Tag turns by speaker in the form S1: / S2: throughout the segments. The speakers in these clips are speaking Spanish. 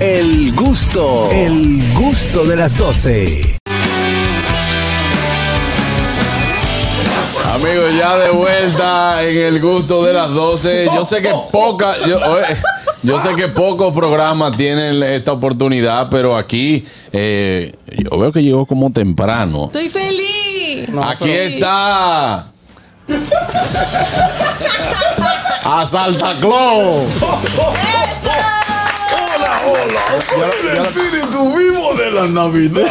S1: El gusto, el gusto de las 12.
S2: Amigos, ya de vuelta en el gusto de las 12. Yo sé que poca, yo, oye, yo sé que pocos programas tienen esta oportunidad, pero aquí eh, yo veo que llegó como temprano.
S3: Estoy feliz.
S2: Aquí está. A Santa Claus.
S4: Hola, hola, soy el espíritu vivo de la Navidad.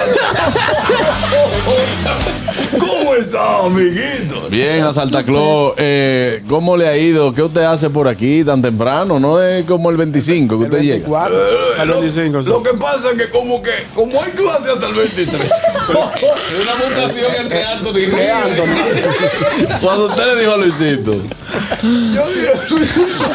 S4: ¿Cómo está, amiguito?
S2: Bien, a Santa Claus. Eh, ¿Cómo le ha ido? ¿Qué usted hace por aquí tan temprano? No es como el 25 que usted llega.
S4: Eh, lo, lo que pasa es que como que como hay clase hasta el 23.
S5: Es una mutación entre Anthony y Real.
S2: Cuando usted le dijo a Luisito,
S4: Yo dije, Luisito,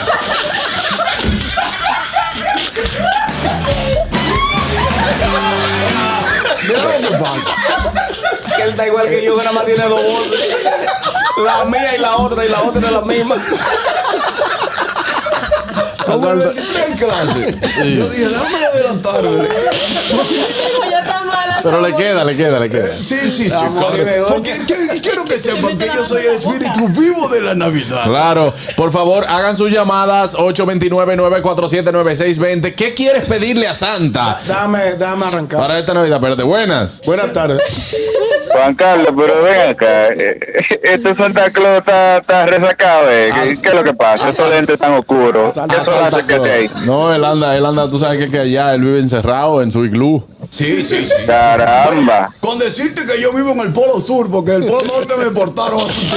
S5: Que él está igual que yo, que nada más tiene dos voces. La mía y la otra, y la otra es la misma.
S4: como el 23 hay clase. Yo dije, déjame adelantarme.
S3: Pero ya está mala.
S2: pero le queda, le queda, le queda.
S4: Sí, sí, sí,
S5: Amor y
S4: claro.
S5: Begoña.
S4: Porque que- quiero que sepan que yo soy el espíritu vivo de la Navidad.
S2: Claro, por favor, hagan sus llamadas 829-947-9620. ¿Qué quieres pedirle a Santa
S5: Dame, dame arrancar.
S2: para esta Navidad? Espérate, buenas.
S5: Buenas tardes.
S6: Juan Carlos, pero ven acá. eh, Este Santa Claus está, está resacado, ¿eh? ¿Qué, qué es lo que pasa? Esos lentes están oscuros. ¿Qué
S2: A
S6: son
S2: Ah, Santa
S6: las que
S2: Claus.
S6: te hay?
S2: No, él anda, él anda, tú sabes que, que allá él vive encerrado en su iglú.
S4: Sí, sí, sí.
S6: Caramba.
S4: Con decirte que yo vivo en el Polo Sur, porque en el Polo Norte me portaron así.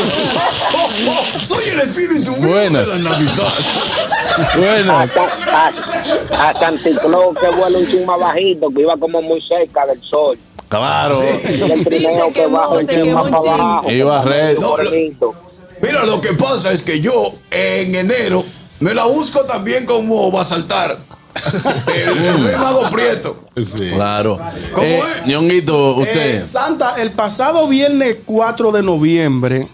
S4: Soy el espíritu vivo
S2: Bueno.
S4: de la Navidad. Ah.
S2: Bueno,
S7: A, a, a Santicló que vuela un ching más bajito, que iba como muy cerca del sol.
S2: claro.
S7: Y el trineo
S3: se
S7: que
S3: quemó,
S7: baja un
S3: se
S7: ching
S3: quemó
S7: más
S3: un
S7: para abajo.
S2: chin. Iba red.
S7: Con un gorrito.
S4: Mira, lo que pasa es que yo en enero me la busco también como va a saltar. el el remado prieto.
S2: Claro.
S4: ¿Cómo
S2: Eh,
S4: es?
S2: Ñonguito,
S5: Eh,
S2: usted.
S5: Santa, el pasado viernes 4 de noviembre,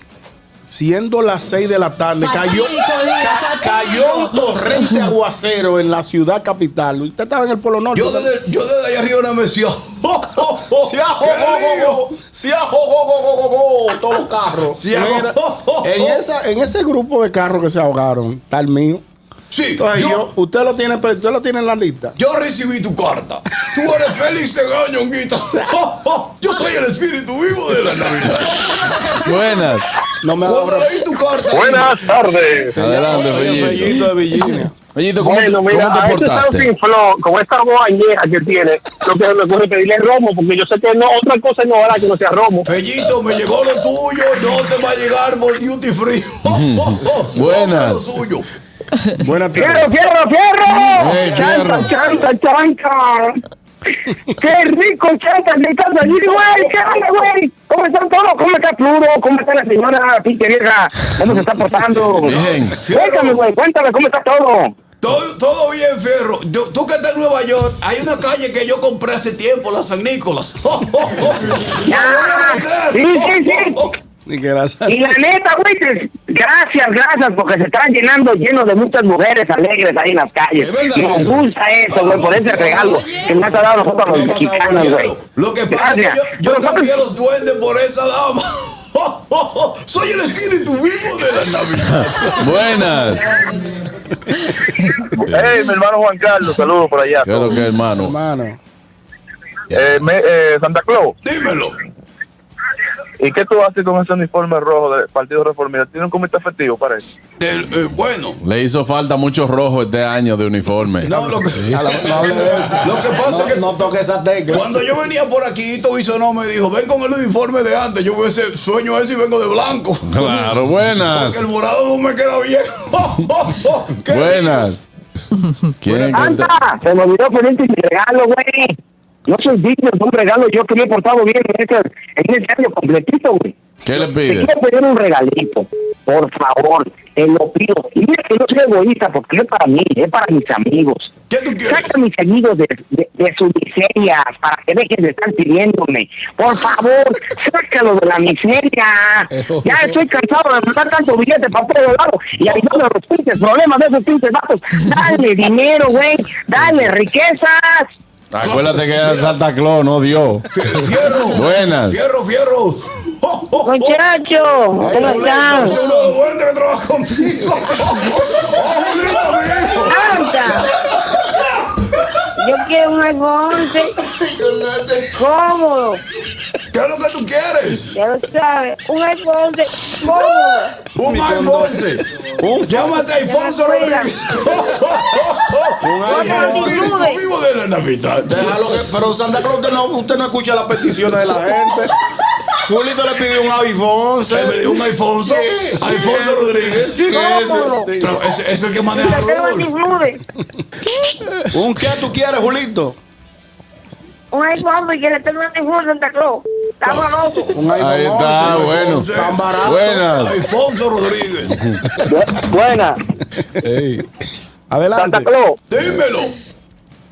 S5: siendo las 6 de la tarde, cayó,
S3: Fatídico día,
S5: ca-
S3: fatídico.
S5: cayó un torrente aguacero en la ciudad capital. Usted estaba en el Polo Norte.
S4: Yo
S5: ¿verdad?
S4: desde, yo desde allá arriba no me decía. "Oh,
S5: Si ajo, go, go, go. Si ajo, go, go, go, go, go. todos los carros.
S4: Si ajo.
S5: Mira,
S4: oh".
S5: en, esa- en ese grupo de carros que se ahogaron, está el mío.
S4: Sí,
S5: Entonces,
S4: yo,
S5: yo- usted lo tiene, pero usted lo tiene en la lista.
S4: Yo recibí tu carta. Tú eres Félix Segado, Ñonguito. Oh, Yo soy el espíritu vivo de la Navidad.
S2: Buenas.
S5: No me
S4: Cuando
S5: abra.
S4: leí tu carta.
S6: Buenas tardes.
S2: Adelante, Fellito.
S5: Fellito de Virginia.
S2: Fellito, ¿cómo, te-
S8: Bueno, mira,
S2: cómo te
S8: a este San
S2: portaste?
S8: Finfló, con esta boañera que tiene, lo que se me ocurre es pedirle romo, porque yo sé que no, otra cosa no hará que no sea romo.
S4: Fellito, me llegó lo tuyo y no te va a llegar por duty free.
S2: Buenas.
S4: Lo suyo.
S5: Buenas tardes.
S8: ¡Fierro, fierro, fierro!
S2: Eh, fierro.
S8: ¡Chanta, chanta, chanta! ¡Qué rico, chanta! ¡Me encanta! Y digo, güey, ¿qué onda, güey? ¿Cómo están todos? ¿Cómo está Pluro? ¿Cómo está la señora pinche vieja? ¿Cómo se está portando?
S2: Bien.
S8: Cuéntame, güey, cuéntame, ¿cómo está todo?
S2: Eh,
S4: Todo, todo bien, Fierro. Yo- tú que estás en Nueva York, hay una calle que yo compré hace tiempo, la San Nicolás.
S8: Ah, sí, sí, sí.
S5: Ni que la
S8: Y la neta, güey, te- gracias, gracias, porque se están llenando lleno de muchas mujeres alegres ahí en las calles.
S4: Es verdad,
S8: Nos
S4: Pedro.
S8: gusta eso, güey, por ese regalo que nos ha dado nosotros los mexicanos, güey.
S4: Lo que pasa
S8: Gracias.
S4: es que yo, yo
S8: Pero,
S4: cambié a
S8: papi,
S4: los duendes por esa dama. Soy el espíritu vivo de la Navidad.
S2: Buenas.
S6: Hey, mi hermano Juan Carlos, saludos por allá.
S2: ¿Qué es lo que, hermano?
S5: Hermano.
S6: Eh, me- eh, Santa Claus,
S4: Dímelo.
S6: ¿y qué tú haces con ese uniforme rojo del Partido Reformista? ¿Tiene un comité efectivo para eso?
S4: Del- eh, bueno,
S2: Le hizo falta mucho rojo este año de uniforme.
S4: no, lo que,
S5: A la- no hable de eso.
S4: lo que pasa es que
S5: No toque esa tecla.
S4: Cuando yo venía por aquí, Ito Bisonó me dijo, ven con el uniforme de antes. Yo ese sueño ese y vengo de blanco.
S2: Claro,
S4: Porque
S2: buenas.
S4: el morado no me queda bien. ¿Qué
S2: Buenas. ¿Quieren que usted-
S8: ¡Anda! Se me olvidó pedirte mi regalo, güey. No soy digno de un regalo yo que me he portado bien en este, en este año completito, güey.
S2: ¿Qué le
S8: Te
S2: pides?
S8: quiero pedir un regalito, por favor. te lo pido. Y mira que no soy egoísta porque no es para mí, es para mis amigos.
S4: ¿Qué tú quieres?
S8: Saca a mis amigos de, de, de sus miserias para que dejen de estar pidiéndome. Por favor, sácalo de la miseria. Ya estoy cansado de mandar tanto billete para todo lado y ayudarme a los pinches problemas de esos pinches vatos. Dale dinero, güey. Dale riquezas.
S2: Acuérdate que era Santa Claus, no Dios.
S4: Fierro.
S2: Buenas.
S4: Fierro, fierro. Oh, oh, oh.
S3: Muchachos, ¿cómo están?
S4: Uno de los duendes que trabaja conmigo. Oh, Julito, ven.
S3: ¡Anda! Yo quiero un iPhone 11 cómodo,
S4: ¿Qué es lo que tú quieres?
S3: ya lo sabes, un iPhone 11 cómodo.
S4: Un iPhone. Llámate Alfonso
S3: fuera.
S4: Rodríguez. Soy el espíritu
S3: actitudes.
S4: vivo de la Navidad.
S9: Déjalo que, pero Santa Claus, usted no, usted no escucha las peticiones de la gente. Julito le pidió un iPhone.
S4: Eh, me dio Un Alfonso. Alfonso Rodríguez. Tra- Es es el que maneja Rodolfo.
S3: incluye
S9: ¿Un qué tú quieres, Julito?
S3: un iPhone y que le tengo un iPhone Santa Claus. Estamos locos.
S9: Un iPhone.
S2: Ahí está,
S9: once.
S2: bueno.
S9: Tan barato.
S2: Buenas.
S4: Alfonso Rodríguez.
S6: Bu- Buena, Santa
S5: Adelante.
S6: Claus.
S4: Dímelo.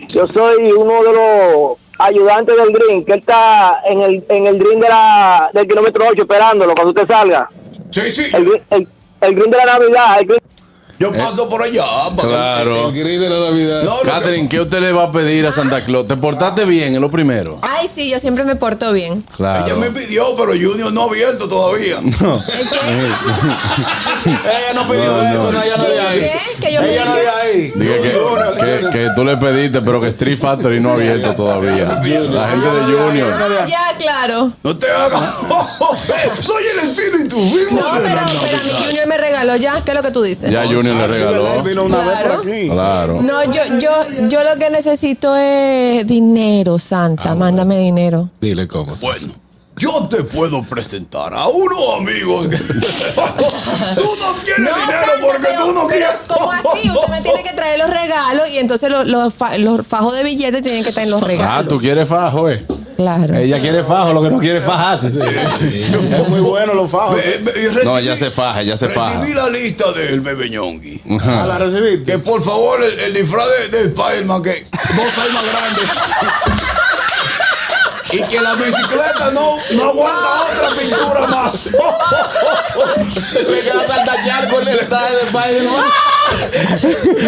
S6: Yo soy uno de los ayudantes del Green, que él está en el, en el Green de la, del kilómetro 8 esperándolo cuando usted salga.
S4: Sí, sí.
S6: El, green- el, el Green de la Navidad, el Green
S4: Yo paso por allá. para-
S2: Claro.
S4: No, lo que-
S2: Catherine, ¿qué usted le va a pedir a Santa Claus? ¿Te portaste bien? Es lo primero.
S10: Ay, sí, yo siempre me porto bien.
S4: Ella
S2: Claro.
S4: me pidió, pero Junior no ha abierto todavía.
S9: Ella no pidió eso, no, ella no de ahí.
S10: ¿Qué? Que yo me
S9: Ella no de ahí.
S2: Dije que, que- que tú le pediste, pero que Street Factory no ha abierto todavía. La gente de Junior.
S10: Ah, ya, claro.
S4: No te hagas. Soy el espíritu vivo
S10: No,
S4: de la
S10: pero, pero a mí
S4: Navidad.
S10: Junior me regaló ya. ¿Qué es lo que tú dices?
S2: Ya Junior le
S9: Él
S2: regaló.
S9: vino una vez
S10: Claro.
S9: por aquí.
S2: Claro.
S10: No, yo, yo, yo lo que necesito es dinero, Santa. Mándame dinero.
S11: Dile cómo.
S4: Bueno, yo te puedo presentar a unos amigos. que- tú no tienes dinero
S10: Santa,
S4: porque
S10: pero-
S4: tú
S10: pero
S4: no quieres.
S10: ¿Cómo así? Usted me tiene que traer los regalos y entonces los, los, fa- los fajos de billetes tienen que estar en los
S2: Ah,
S10: regalos.
S2: tú quieres fajo, eh.
S10: Claro.
S2: Ella quiere fajo, lo que no quiere es fajarse.
S9: Es muy bueno los fajos.
S4: Ve- ve- y recibí-
S2: No, ella se faja, ella se faja.
S4: Recibí la lista del bebé Ñongui.
S9: Ah, ¿La recibiste?
S4: Que por favor, el, el disfraz de, de Spider-Man, que no salga más grande. Y que la bicicleta no, no aguanta otra pintura más.
S9: Le queda saltachar con el estadio de Spider-Man.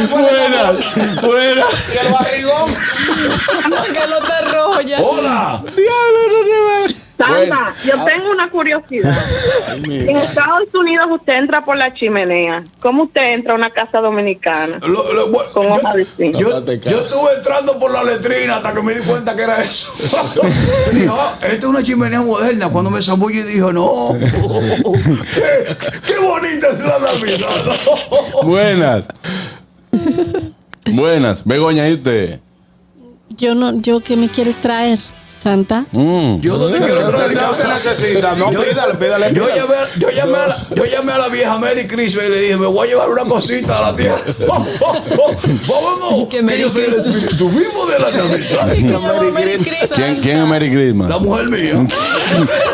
S2: Buenas, buenas.
S9: Y el barrigón.
S10: que no te rojo ya.
S4: Oh, ¡Hola!
S3: Santa, yo tengo una curiosidad. en Estados Unidos usted entra por la chimenea. ¿Cómo usted entra a una casa dominicana?
S4: Lo- lo- bueno,
S3: Con hoja de zinc.
S4: yo, yo, yo estuve entrando por la letrina hasta que me di cuenta que era eso. Dijo, "Ah, esta es una chimenea moderna. Cuando me zambullí dijo, no, qué, qué bonita es la Navidad.
S2: Buenas. Buenas. Begoña, ¿y usted?
S10: Yo no, yo ¿qué me quieres traer, Santa?
S2: Mm.
S4: yo no te quiero traer
S9: No te
S4: nada.
S9: necesita. No, pídale, pídale.
S4: Yo
S9: pídale.
S4: llamé, yo, llamé a la, yo llamé a la vieja Mary Christmas y le dije, me voy a llevar una cosita a la tierra. Vámonos,
S10: Que
S4: que,
S10: Merry
S4: yo soy el
S10: Christmas.
S4: espíritu vivo de la Navidad.
S2: ¿Quién, quién es Merry Christmas?
S4: La mujer mía.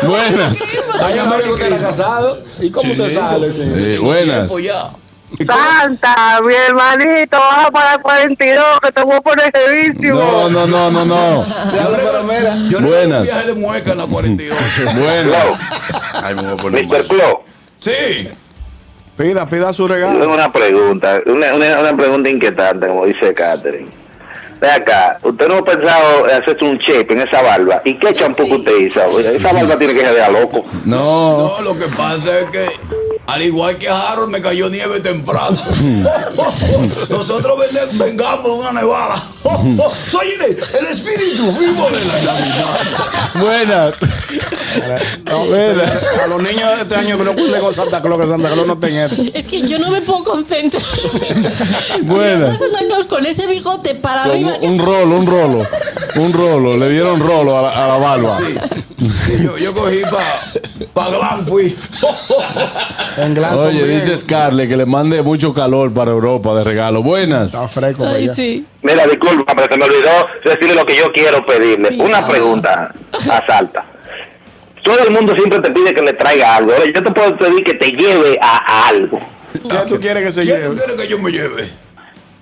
S2: Buenas.
S9: Vaya, Mary, que era casado. ¿Y cómo te sale, señor?
S2: Eh, buenas.
S4: Pues ya.
S8: Santa, mi hermanito, baja para 42, que te voy a poner servicio.
S2: No, no, no, no, no.
S9: Ya, pero mira.
S4: Yo le
S2: Buenas.
S4: un viaje de mueca en la 48.
S2: Buenas. Ay, me voy a poner mal.
S6: Mr. Claus,
S4: Sí.
S5: Pida, pida su
S6: yo
S5: regalo.
S6: tengo una pregunta, una, una, una pregunta inquietante, como dice Catherine. Ve acá, usted no ha pensado en hacerse un chip en esa barba. ¿Y qué champú que usted hizo? Esa barba tiene que ser de a loco.
S2: No.
S4: No, lo que pasa es que al igual que Harold me cayó nieve temprano. Nosotros vende- vengamos de una nevada. Soy el, el espíritu vivo de la Navidad.
S2: Buenas. Buenas.
S9: A los niños de este año que no cuenten con Santa Claus, que Santa Claus no tenga esto.
S10: Es que yo no me puedo concentrar.
S2: Buenas.
S10: Santa Claus con ese bigote para
S2: Con un, un rolo, un rolo. Un rolo. Le dieron rolo a la, a la barba.
S4: Sí, yo, yo cogí para pa Glam fui.
S9: En Glasgow,
S2: Oye,
S9: bien.
S2: dice Scarlett que le mande mucho calor para Europa de regalo. Buenas.
S9: Está fresco, para
S10: Ay,
S9: allá.
S10: sí.
S6: Mira, disculpa, pero se me olvidó decirle lo que yo quiero pedirle. Una pregunta a Salta. Todo el mundo siempre te pide que le traiga algo. Ahora, Yo te puedo pedir que te lleve a algo.
S5: ¿Qué tú quieres que se
S4: ¿Quién
S5: lleve?
S4: tú quieres que yo me lleve?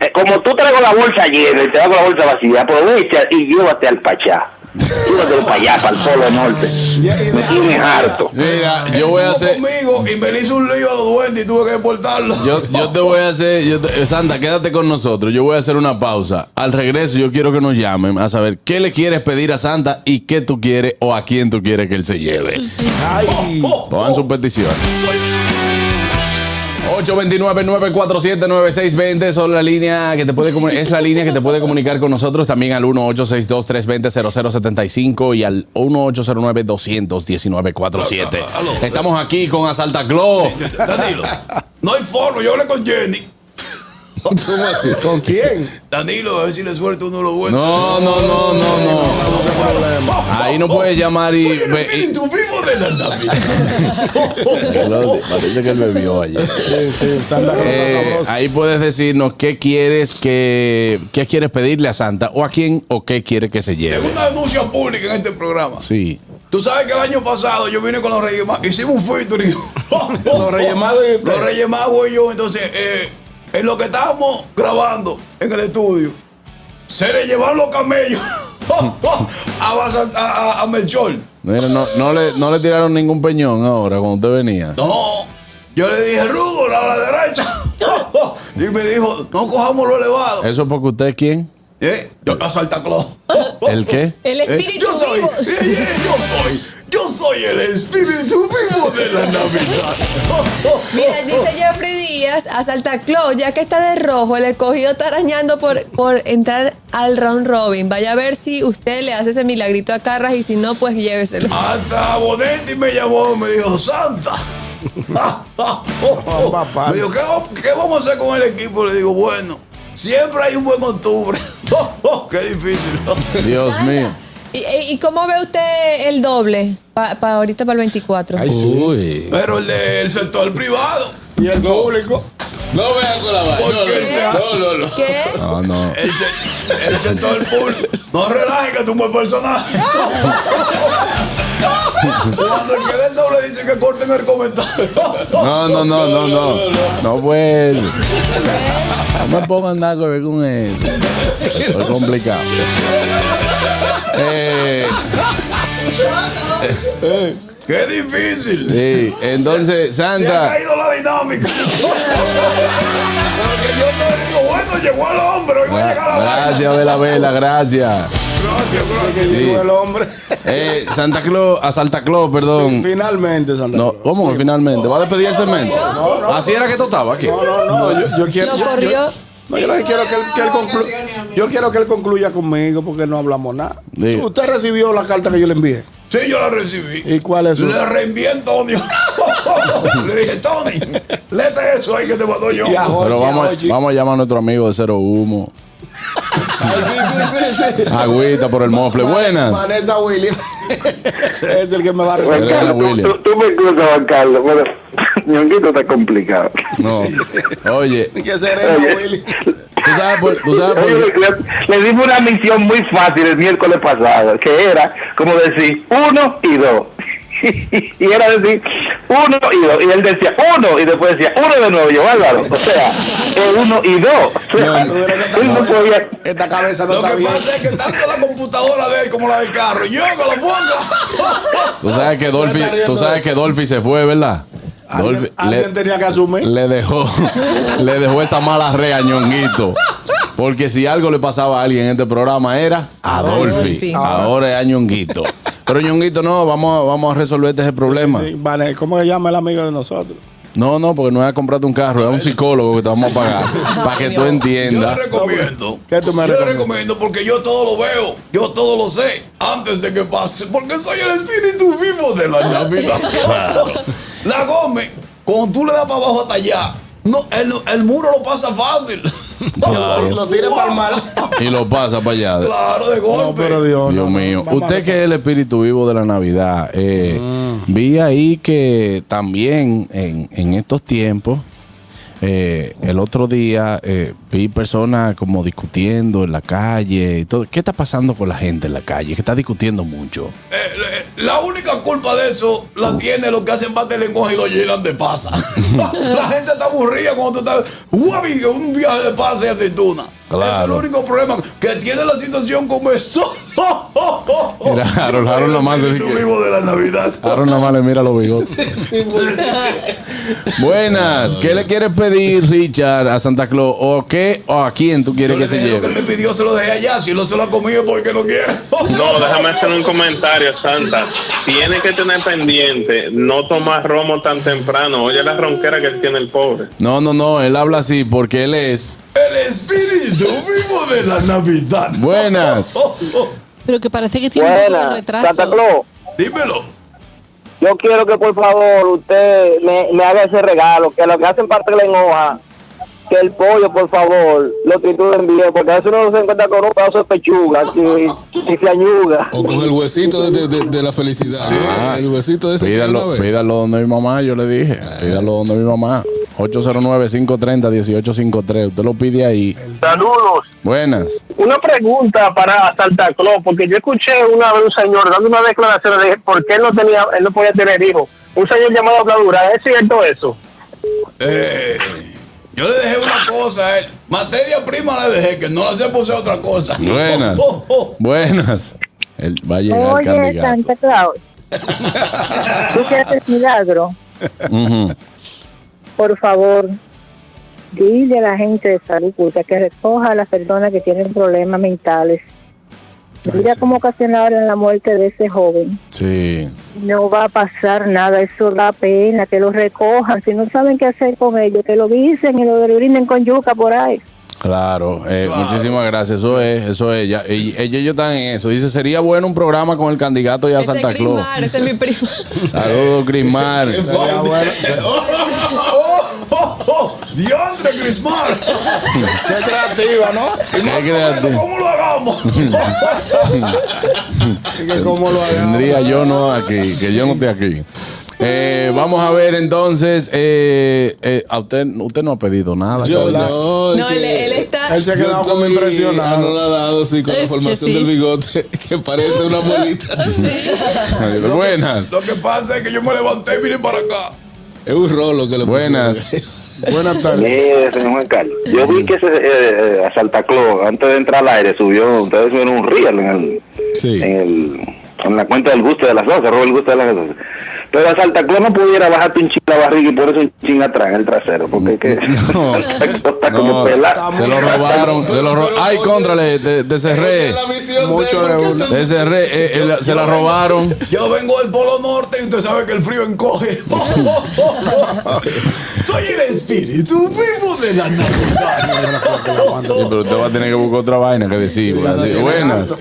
S6: Eh, como tú traigo la bolsa llena y te hago la bolsa vacía, aprovecha y llévate al Pachá. Llévatelo para allá, para el Polo Norte. Me tienes harto.
S2: Mira, yo voy a hacer.
S4: Conmigo y me le hizo un lío a los duendes y tuve que deportarlo.
S2: Yo, yo te voy a hacer. yo te- eh, Santa, quédate con nosotros. Yo voy a hacer una pausa. Al regreso, yo quiero que nos llamen a saber qué le quieres pedir a Santa y qué tú quieres o a quién tú quieres que él se lleve.
S9: Oh,
S5: Ay.
S2: Pongan sus peticiones. 829-947-9620 son la línea que te puede comu- es la línea que te puede comunicar con nosotros también al 1862-320-0075 y al 1809-219-47. Estamos aquí con Asalta Claw.
S4: Danilo, no hay forma, yo hablé con Jenny.
S9: oh.
S5: ¿Con quién?
S4: Danilo, a ver si le suelto uno de los buenos.
S2: No, no, no, no, no. Ahí no puedes llamar y, ve- y-
S4: Espíritu vivo de la
S2: Claudio, Parece que él bebió ayer.
S5: Sí, sí, Santa Claus está
S2: Eh,
S5: sabroso.
S2: ahí puedes decirnos qué quieres que qué quieres pedirle a Santa o a quién o qué quiere que se
S4: Tengo
S2: lleve.
S4: una denuncia pública en este programa.
S2: Sí.
S4: Tú sabes que el año pasado yo vine con los Reyes Magos, hicimos un featuring.
S5: Los Reyes Magos y-
S4: Los Reyes Magos y yo. Entonces, eh, en lo que estábamos grabando en el estudio, se le llevaron los camellos a, Basa- a- a- a Melchor.
S2: Mira, no, no le, no le tiraron ningún peñón ahora cuando usted venía.
S4: No, yo le dije, Rudo, a la derecha. y me dijo, no cojamos lo elevado.
S2: Eso es porque usted es quién?
S4: Eh, Yo a Santa Claus.
S2: ¿El qué?
S10: El
S4: Eh,
S10: espíritu
S4: yo soy,
S10: vivo.
S4: eh, eh, yo soy, yo soy el espíritu vivo de la Navidad.
S2: Oh,
S10: Mira, dice Jeffrey Díaz a Santa Claus, ya que está de rojo, el escogido está arañando por, por entrar al round robin. Vaya a ver si usted le hace ese milagrito a Carras y si no, pues lléveselo.
S4: Hasta Bonetti me llamó, me dijo, Santa.
S5: papá.
S4: me dijo, ¿qué, vamos- qué vamos a hacer con el equipo? Le digo, bueno, siempre hay un buen octubre. qué difícil.
S2: Dios
S10: Santa,
S2: mío.
S10: ¿Y, eh, y- y cómo ve usted el doble? Para ahorita para el 24.
S4: Pero el del sector privado,
S5: Y el público.
S2: No vean con la
S4: porque el, se-
S10: ¿Qué?
S2: No, no.
S4: el se- el sector público, no relajes que tú me personaje. Cuando el que del doble dice que corten el comentario.
S2: No, no, no, no, no. No pues. No me pongan nada que ver con eso. Es complicado. Eh,
S4: Qué difícil.
S2: sí. Entonces,
S4: Se ha
S2: Santa.
S4: caído la dinámica. Porque yo te digo, bueno, llegó el hombre, hoy va a
S5: Ah,
S4: llegar la vaina.
S2: Gracias, Vela Vela, gracias.
S4: Gracias, gracias.
S2: Sí.
S5: Llegó el hombre.
S2: Eh, Santa Claus, a Santa Claus, perdón.
S5: Finalmente, Santa
S2: No,
S5: Claus.
S2: ¿cómo que finalmente? ¿Va a despedir el cemento?
S10: No,
S2: Así era que tú estabas aquí.
S5: No, no, yo, yo quiero.
S10: Lo
S5: yo- yo-
S10: corrió.
S5: no, yo lo que quiero es que él, que él conclu- yo quiero que él concluya conmigo porque no hablamos nada.
S2: Diga.
S5: Usted recibió la carta que yo le envié.
S4: Sí, yo la recibí.
S5: ¿Y cuál es su?
S4: Le reenvié a Antonio. Le dije, Tony, léete eso ahí que te mandó yo.
S5: Y a Jorge,
S2: Pero vamos,
S5: a Jorge.
S2: vamos a llamar a nuestro amigo de Cero Humo. Agüita por el mofle. Buenas.
S5: Vanessa Williams. Ese es el que me va a
S6: Juan
S5: resolver.
S2: Serena
S6: Carlos, tú,
S2: Williams.
S6: tú- tú me excusas, Juan Carlos, pero ñonguito está complicado.
S2: No. Oye,
S5: Que serena Williams.
S2: tú sabes por, tú sabes
S6: Oye,
S2: por qué?
S6: le, le dimos una misión muy fácil el miércoles pasado, que era como decir uno y dos. y era decir uno y dos. Y él decía uno y después decía uno de nuevo. Yo, Álvaro, o sea, es uno y dos. O sea,
S2: No,
S6: él no podía.
S5: Esta cabeza no
S4: Lo
S5: está
S4: que
S5: bien.
S4: pasa es que tanto la computadora de él como la del carro, yo que la pongo.
S2: Tú sabes que Dolphy,
S5: Me está riendo
S2: tú sabes
S5: eso.
S2: que Dolphy se fue, ¿verdad? Dolphy
S5: Alguien, alguien
S2: le,
S5: tenía que asumir.
S2: le dejó le dejó esa mala reañonguito. Porque si algo le pasaba a alguien en este programa era a Dolphy.
S10: Dolphy.
S2: Ahora es a Ñonguito. Pero Ñonguito no, vamos a, vamos a resolver este problema.
S5: Sí, Vane- ¿Cómo se llama el amigo de nosotros?
S2: No, no, porque no es a comprarte un carro, es un psicólogo que te vamos a pagar. para que tú
S4: Yo le
S2: entiendas.
S4: recomiendo.
S5: ¿Qué tú me
S4: yo le
S5: recomiendas?
S4: recomiendo porque yo todo lo veo, yo todo lo sé antes de que pase, porque soy el espíritu vivo de la Navidad. La Gómez, cuando tú le das para abajo hasta allá, no, el, el muro lo pasa fácil.
S2: Claro.
S5: Lo tira para el mal.
S2: Y lo pasa para allá.
S4: Claro, de
S5: No,
S4: golpe.
S5: pero Dios.
S2: Dios
S5: no, no,
S2: mío.
S5: vamos a
S2: Usted que es el espíritu vivo de la Navidad, eh, vi ahí que también en, en estos tiempos eh, el otro día eh, vi personas como discutiendo en la calle y todo. ¿Qué está pasando con la gente en la calle? Que está discutiendo mucho.
S4: Eh, La única culpa de eso la tiene los que hacen parte del lenguaje y lo llenan de pasa. la gente está aburrida cuando tú estás. Guavi, que un viaje de pasa y aceituna. Ese es el
S2: Claro.
S4: único problema que tiene la situación como eso.
S2: Mira, Harold, Harold nomás.
S4: Espíritu vivo de la Navidad.
S2: Harold nomás le mira los bigotes. Buenas, ¿qué le quieres pedir, Richard, a Santa Claus? ¿O qué? ¿O a quién tú quieres que se lleve?
S4: Me pidió, se lo dejé allá. Si no se lo ha comido, porque no quiere.
S11: No, déjame hacer un comentario, Santa. Tiene que tener pendiente, no tomar romo tan temprano. Oye, la ronquera que tiene el pobre.
S2: No, no, no, él habla así porque él es.
S4: El espíritu vivo de la Navidad.
S2: Buenas.
S12: Pero que parece que tiene un poco de
S7: Buenas,
S12: retraso.
S7: Santa Claus.
S4: Dímelo.
S7: Yo quiero que por favor usted me, me haga ese regalo, que lo que hacen pastel en hoja, que el pollo por favor lo trituren bien, porque eso no se encuentra con un pedazo de pechuga, que, que se añuga.
S13: O con el huesito de, de- de- de la felicidad.
S2: Ah,
S13: el huesito de ese que uno
S2: Pídalo,
S13: ve.
S2: pídalo donde mi mamá, yo le dije. Pídalo donde mi mamá. 809-530-1853. Usted lo pide ahí.
S14: Saludos.
S2: Buenas.
S14: Una pregunta para Santa Claus, porque yo escuché una vez un señor dando una declaración de por qué él no tenía, él no podía tener hijos. Un señor llamado Bladura, ¿es cierto eso?
S4: Eh, yo le dejé una cosa a él. Materia prima le dejé, que no la sé puse otra cosa. Oh,
S2: Buenas. Buenas. Él va a llegar el
S15: Oye,
S2: candidato.
S15: Santa Claus, tú que haces milagro,
S2: Ujú.
S15: por favor, dile a la gente de salud pública que recoja a las personas que tienen problemas mentales. Mira cómo ocasionaron la muerte de ese joven.
S2: Sí.
S15: No va a pasar nada, eso da pena, que lo recojan. Si no saben qué hacer con ellos, que lo dicen y lo brinden con yuca por ahí.
S2: Claro, eh, muchísimas gracias. Eso es, eso es. Ya, y- ellos, ellos están en eso. Dice, sería bueno un programa con el candidato ya a Santa Claus.
S10: Crismar, ese es mi primo.
S2: Saludos, Crismar.
S4: oh, ¡Diandre Crismar!
S9: Qué creativa, ¿no?
S2: Qué creativo.
S4: ¿Cómo lo hagamos?
S2: Tendría yo no aquí, que yo no esté aquí. Eh, vamos a ver entonces, eh, eh, a usted, usted no ha pedido nada.
S13: Yo
S2: caballero.
S13: no,
S10: No, él- él está- Él se ha
S13: yo
S10: quedado
S13: estoy
S10: como impresionado.
S13: anonadado, sí, con
S10: Es
S13: la
S10: que
S13: formación
S10: sí.
S13: del bigote, que parece una bolita.
S2: Buenas.
S4: Lo que pasa es que yo me levanté y vine para acá.
S13: Es un rolo que le
S2: Buenas.
S13: Buenas
S6: Mire, señor Juan Carlos, yo vi que ese, eh, eh, a Santa Claus, antes de entrar al aire, subió, ustedes subieron un reel en, el, en, el- en la cuenta del gusto de las 12, robo el gusto de las 12. Pero a Santa Claus no pudiera bajarte un ching la barriga y por eso un ching atrás en el trasero, porque es que está como
S2: No,
S6: pelado.
S2: se lo robaron, se lo robaron. Ay, contra, le de, de cerré.
S4: Mucho de uno.
S2: De cerré, eh, eh, la- se la robaron.
S4: Yo vengo del Polo Norte y usted sabe que el frío encoge. Oh, Soy el espíritu vivo de la Navidad.
S2: Sí, pero usted va a tener que buscar otra vaina que decir. güey, así. Buenas.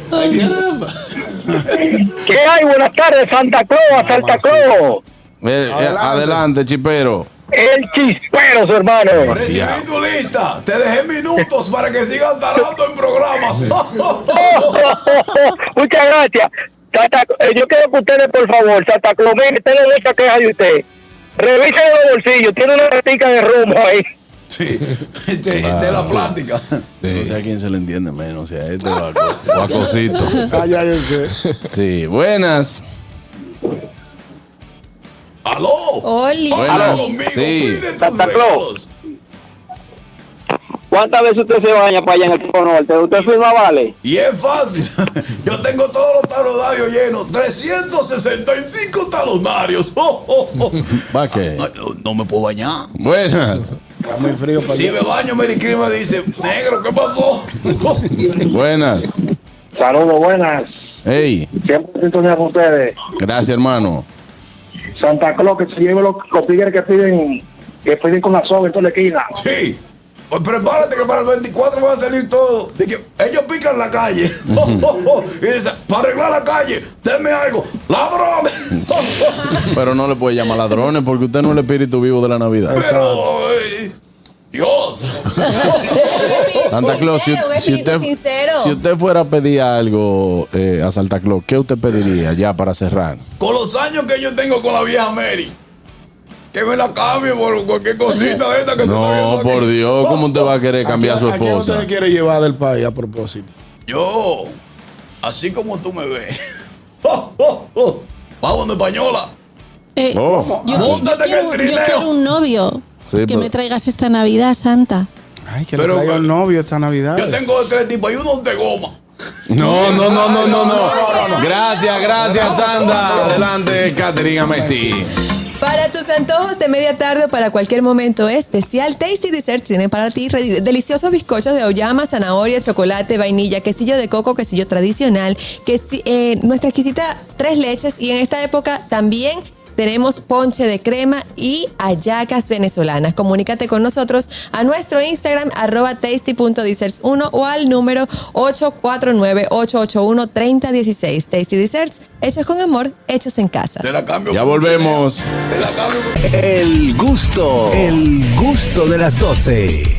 S14: ¿Qué hay? Buenas tardes, Santa Claus, Santa Claus.
S2: Eh, eh, Ah, adelante. chipero.
S14: El chispero, su hermano.
S2: ¿eh?
S4: Recibí tu lista. Te dejé minutos para que sigas tardando en programas.
S14: Muchas gracias. Santa- eh, yo quiero que ustedes, por favor, Santa Claus, mire, usted le doy esa queja de usted. Revisen los bolsillos, tiene una ratica de rumbo ahí.
S4: de la plática.
S2: No sé a quién se le entiende menos, si a este o a, co- Ah, o a Cosito. Sí, buenas.
S4: ¡Aló!
S10: ¡Oli!
S2: Buenas.
S10: sí.
S7: Santa Claus. ¿Cuántas veces usted se baña para allá en el Polo Norte? ¿Usted firma vale?
S4: Y es fácil. Yo tengo todos los talonarios llenos. 365 talonarios. Oh, oh, oh.
S2: ¿Va qué?
S4: No, no me puedo bañar.
S2: Buenas.
S5: muy frío
S4: Si me baño, Meriquín me dice, negro, ¿qué pasó?
S2: Buenas.
S14: Saludos, buenas.
S2: Hey,
S14: Siempre sintonía con ustedes.
S2: gracias, hermano.
S14: Santa Claus, que se lleve los, los tigres que piden, que piden con la soga en toda la esquina.
S4: Sí. Pues prepárate que para el 24 va a salir todo. De que ellos pican la calle. Oh, oh, oh. Y dicen, para arreglar la calle, denme algo. ¡Ladrones!
S2: Pero no le puede llamar ladrones porque usted no es el espíritu vivo de la Navidad.
S4: eh, Dios.
S2: Santa Claus, si,
S10: Sincero, un
S2: si
S10: espíritu
S2: usted,
S10: sincero.
S2: si usted fuera a pedir algo eh, a Santa Claus, ¿qué usted pediría ya para cerrar?
S4: Con los años que yo tengo con la vieja Mary. que me la cambie por cualquier cosita de esta que se está
S2: No,
S4: viendo
S2: por Dios, ¿cómo usted va a querer cambiar a su
S5: ¿A quién usted
S2: esposa?
S5: se quiere llevar del país a propósito?
S4: Yo, así como tú me ves, oh, oh, oh, vamos de española.
S12: Eh,
S4: Oh.
S12: yo, qui- yo
S4: Móntate en el
S12: quiero, yo
S4: trineo.
S12: quiero un novio
S4: Sí,
S12: que
S4: pero-
S12: me traigas esta Navidad Santa.
S5: Ay, que le traiga el novio esta Navidad.
S4: eh, Yo tengo de tres tipos, hay unos de goma.
S2: No, no, no, no, no, no. Gracias, gracias, Sandra. Adelante, Caterina Mestí.
S10: Para tus antojos de media tarde o para cualquier momento especial, Tasty Desserts tiene para ti re- deliciosos bizcochos de auyama, zanahoria, chocolate, vainilla, quesillo de coco, quesillo tradicional, que eh, nuestra exquisita tres leches y en esta época también tenemos ponche de crema y hallacas venezolanas. Comunícate con nosotros a nuestro Instagram arroba tasty.desserts1 o al número 849-881-3016. Tasty Desserts, hechos con amor, hechos en casa.
S2: Ya volvemos.
S1: El gusto, el gusto de las 12.